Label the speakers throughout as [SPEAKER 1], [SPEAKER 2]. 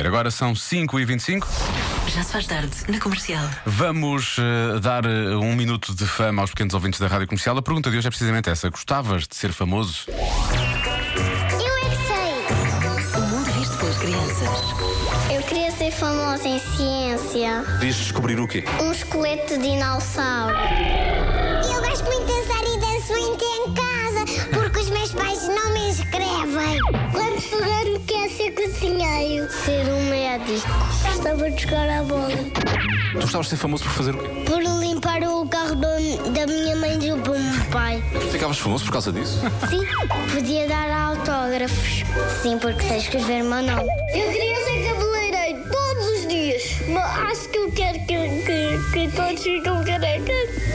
[SPEAKER 1] Agora são 5h25.
[SPEAKER 2] Já se faz tarde na comercial.
[SPEAKER 1] Vamos eh, dar eh, um minuto de fama aos pequenos ouvintes da rádio comercial. A pergunta de hoje é precisamente essa: gostavas de ser famoso?
[SPEAKER 3] Eu é que sei.
[SPEAKER 2] O mundo visto pelas crianças.
[SPEAKER 3] Eu queria ser famosa em ciência.
[SPEAKER 4] Querias descobrir o quê?
[SPEAKER 3] Um esqueleto de dinossauro. Eu gosto muito de dançar e danço muito em casa, porque os meus pais não me inscrevem. Quando Ferreiro quer ser cozinheiro. assim Ser um médico. Estava a jogar a bola.
[SPEAKER 4] Tu gostavas de ser famoso por fazer o quê?
[SPEAKER 3] Por limpar o carro do- da minha mãe e do meu pai.
[SPEAKER 4] Tu ficavas famoso por causa disso?
[SPEAKER 3] Sim, podia dar autógrafos. Sim, porque sei escrever meu nome. Eu queria ser cabeleireiro todos os dias. Mas acho que eu quero que, que, que todos ficam carecas.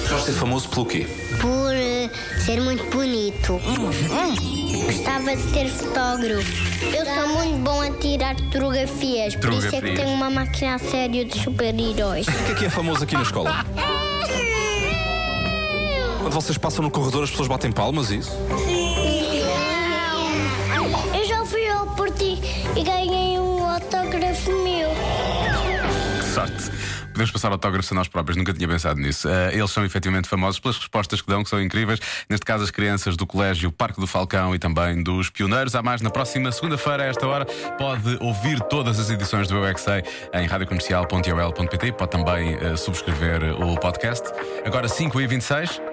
[SPEAKER 4] Gostavas de ser famoso pelo quê?
[SPEAKER 3] Por eh, ser muito bonito. Gostava de ser fotógrafo. Eu sou muito bom a tirar fotografias. Por isso é que
[SPEAKER 1] Fotografias.
[SPEAKER 3] tenho uma máquina a sério de super-heróis.
[SPEAKER 4] O que é que é famoso aqui na escola? Quando vocês passam no corredor, as pessoas batem palmas e isso?
[SPEAKER 3] Eu já fui ao Porti e ganhei um autógrafo meu.
[SPEAKER 1] Que sorte! Podemos passar autógrafos a nós próprios, nunca tinha pensado nisso. Eh, eles são efetivamente famosos pelas respostas que dão, que são incríveis. Neste caso, as crianças do Colégio Parque do Falcão e também dos Pioneiros. Há mais na próxima segunda-feira, a esta hora. Pode ouvir todas as edições do Eu É Que Sei em radiocomercial.ol.pt. Pode também eh, subscrever o podcast. Agora 5h26.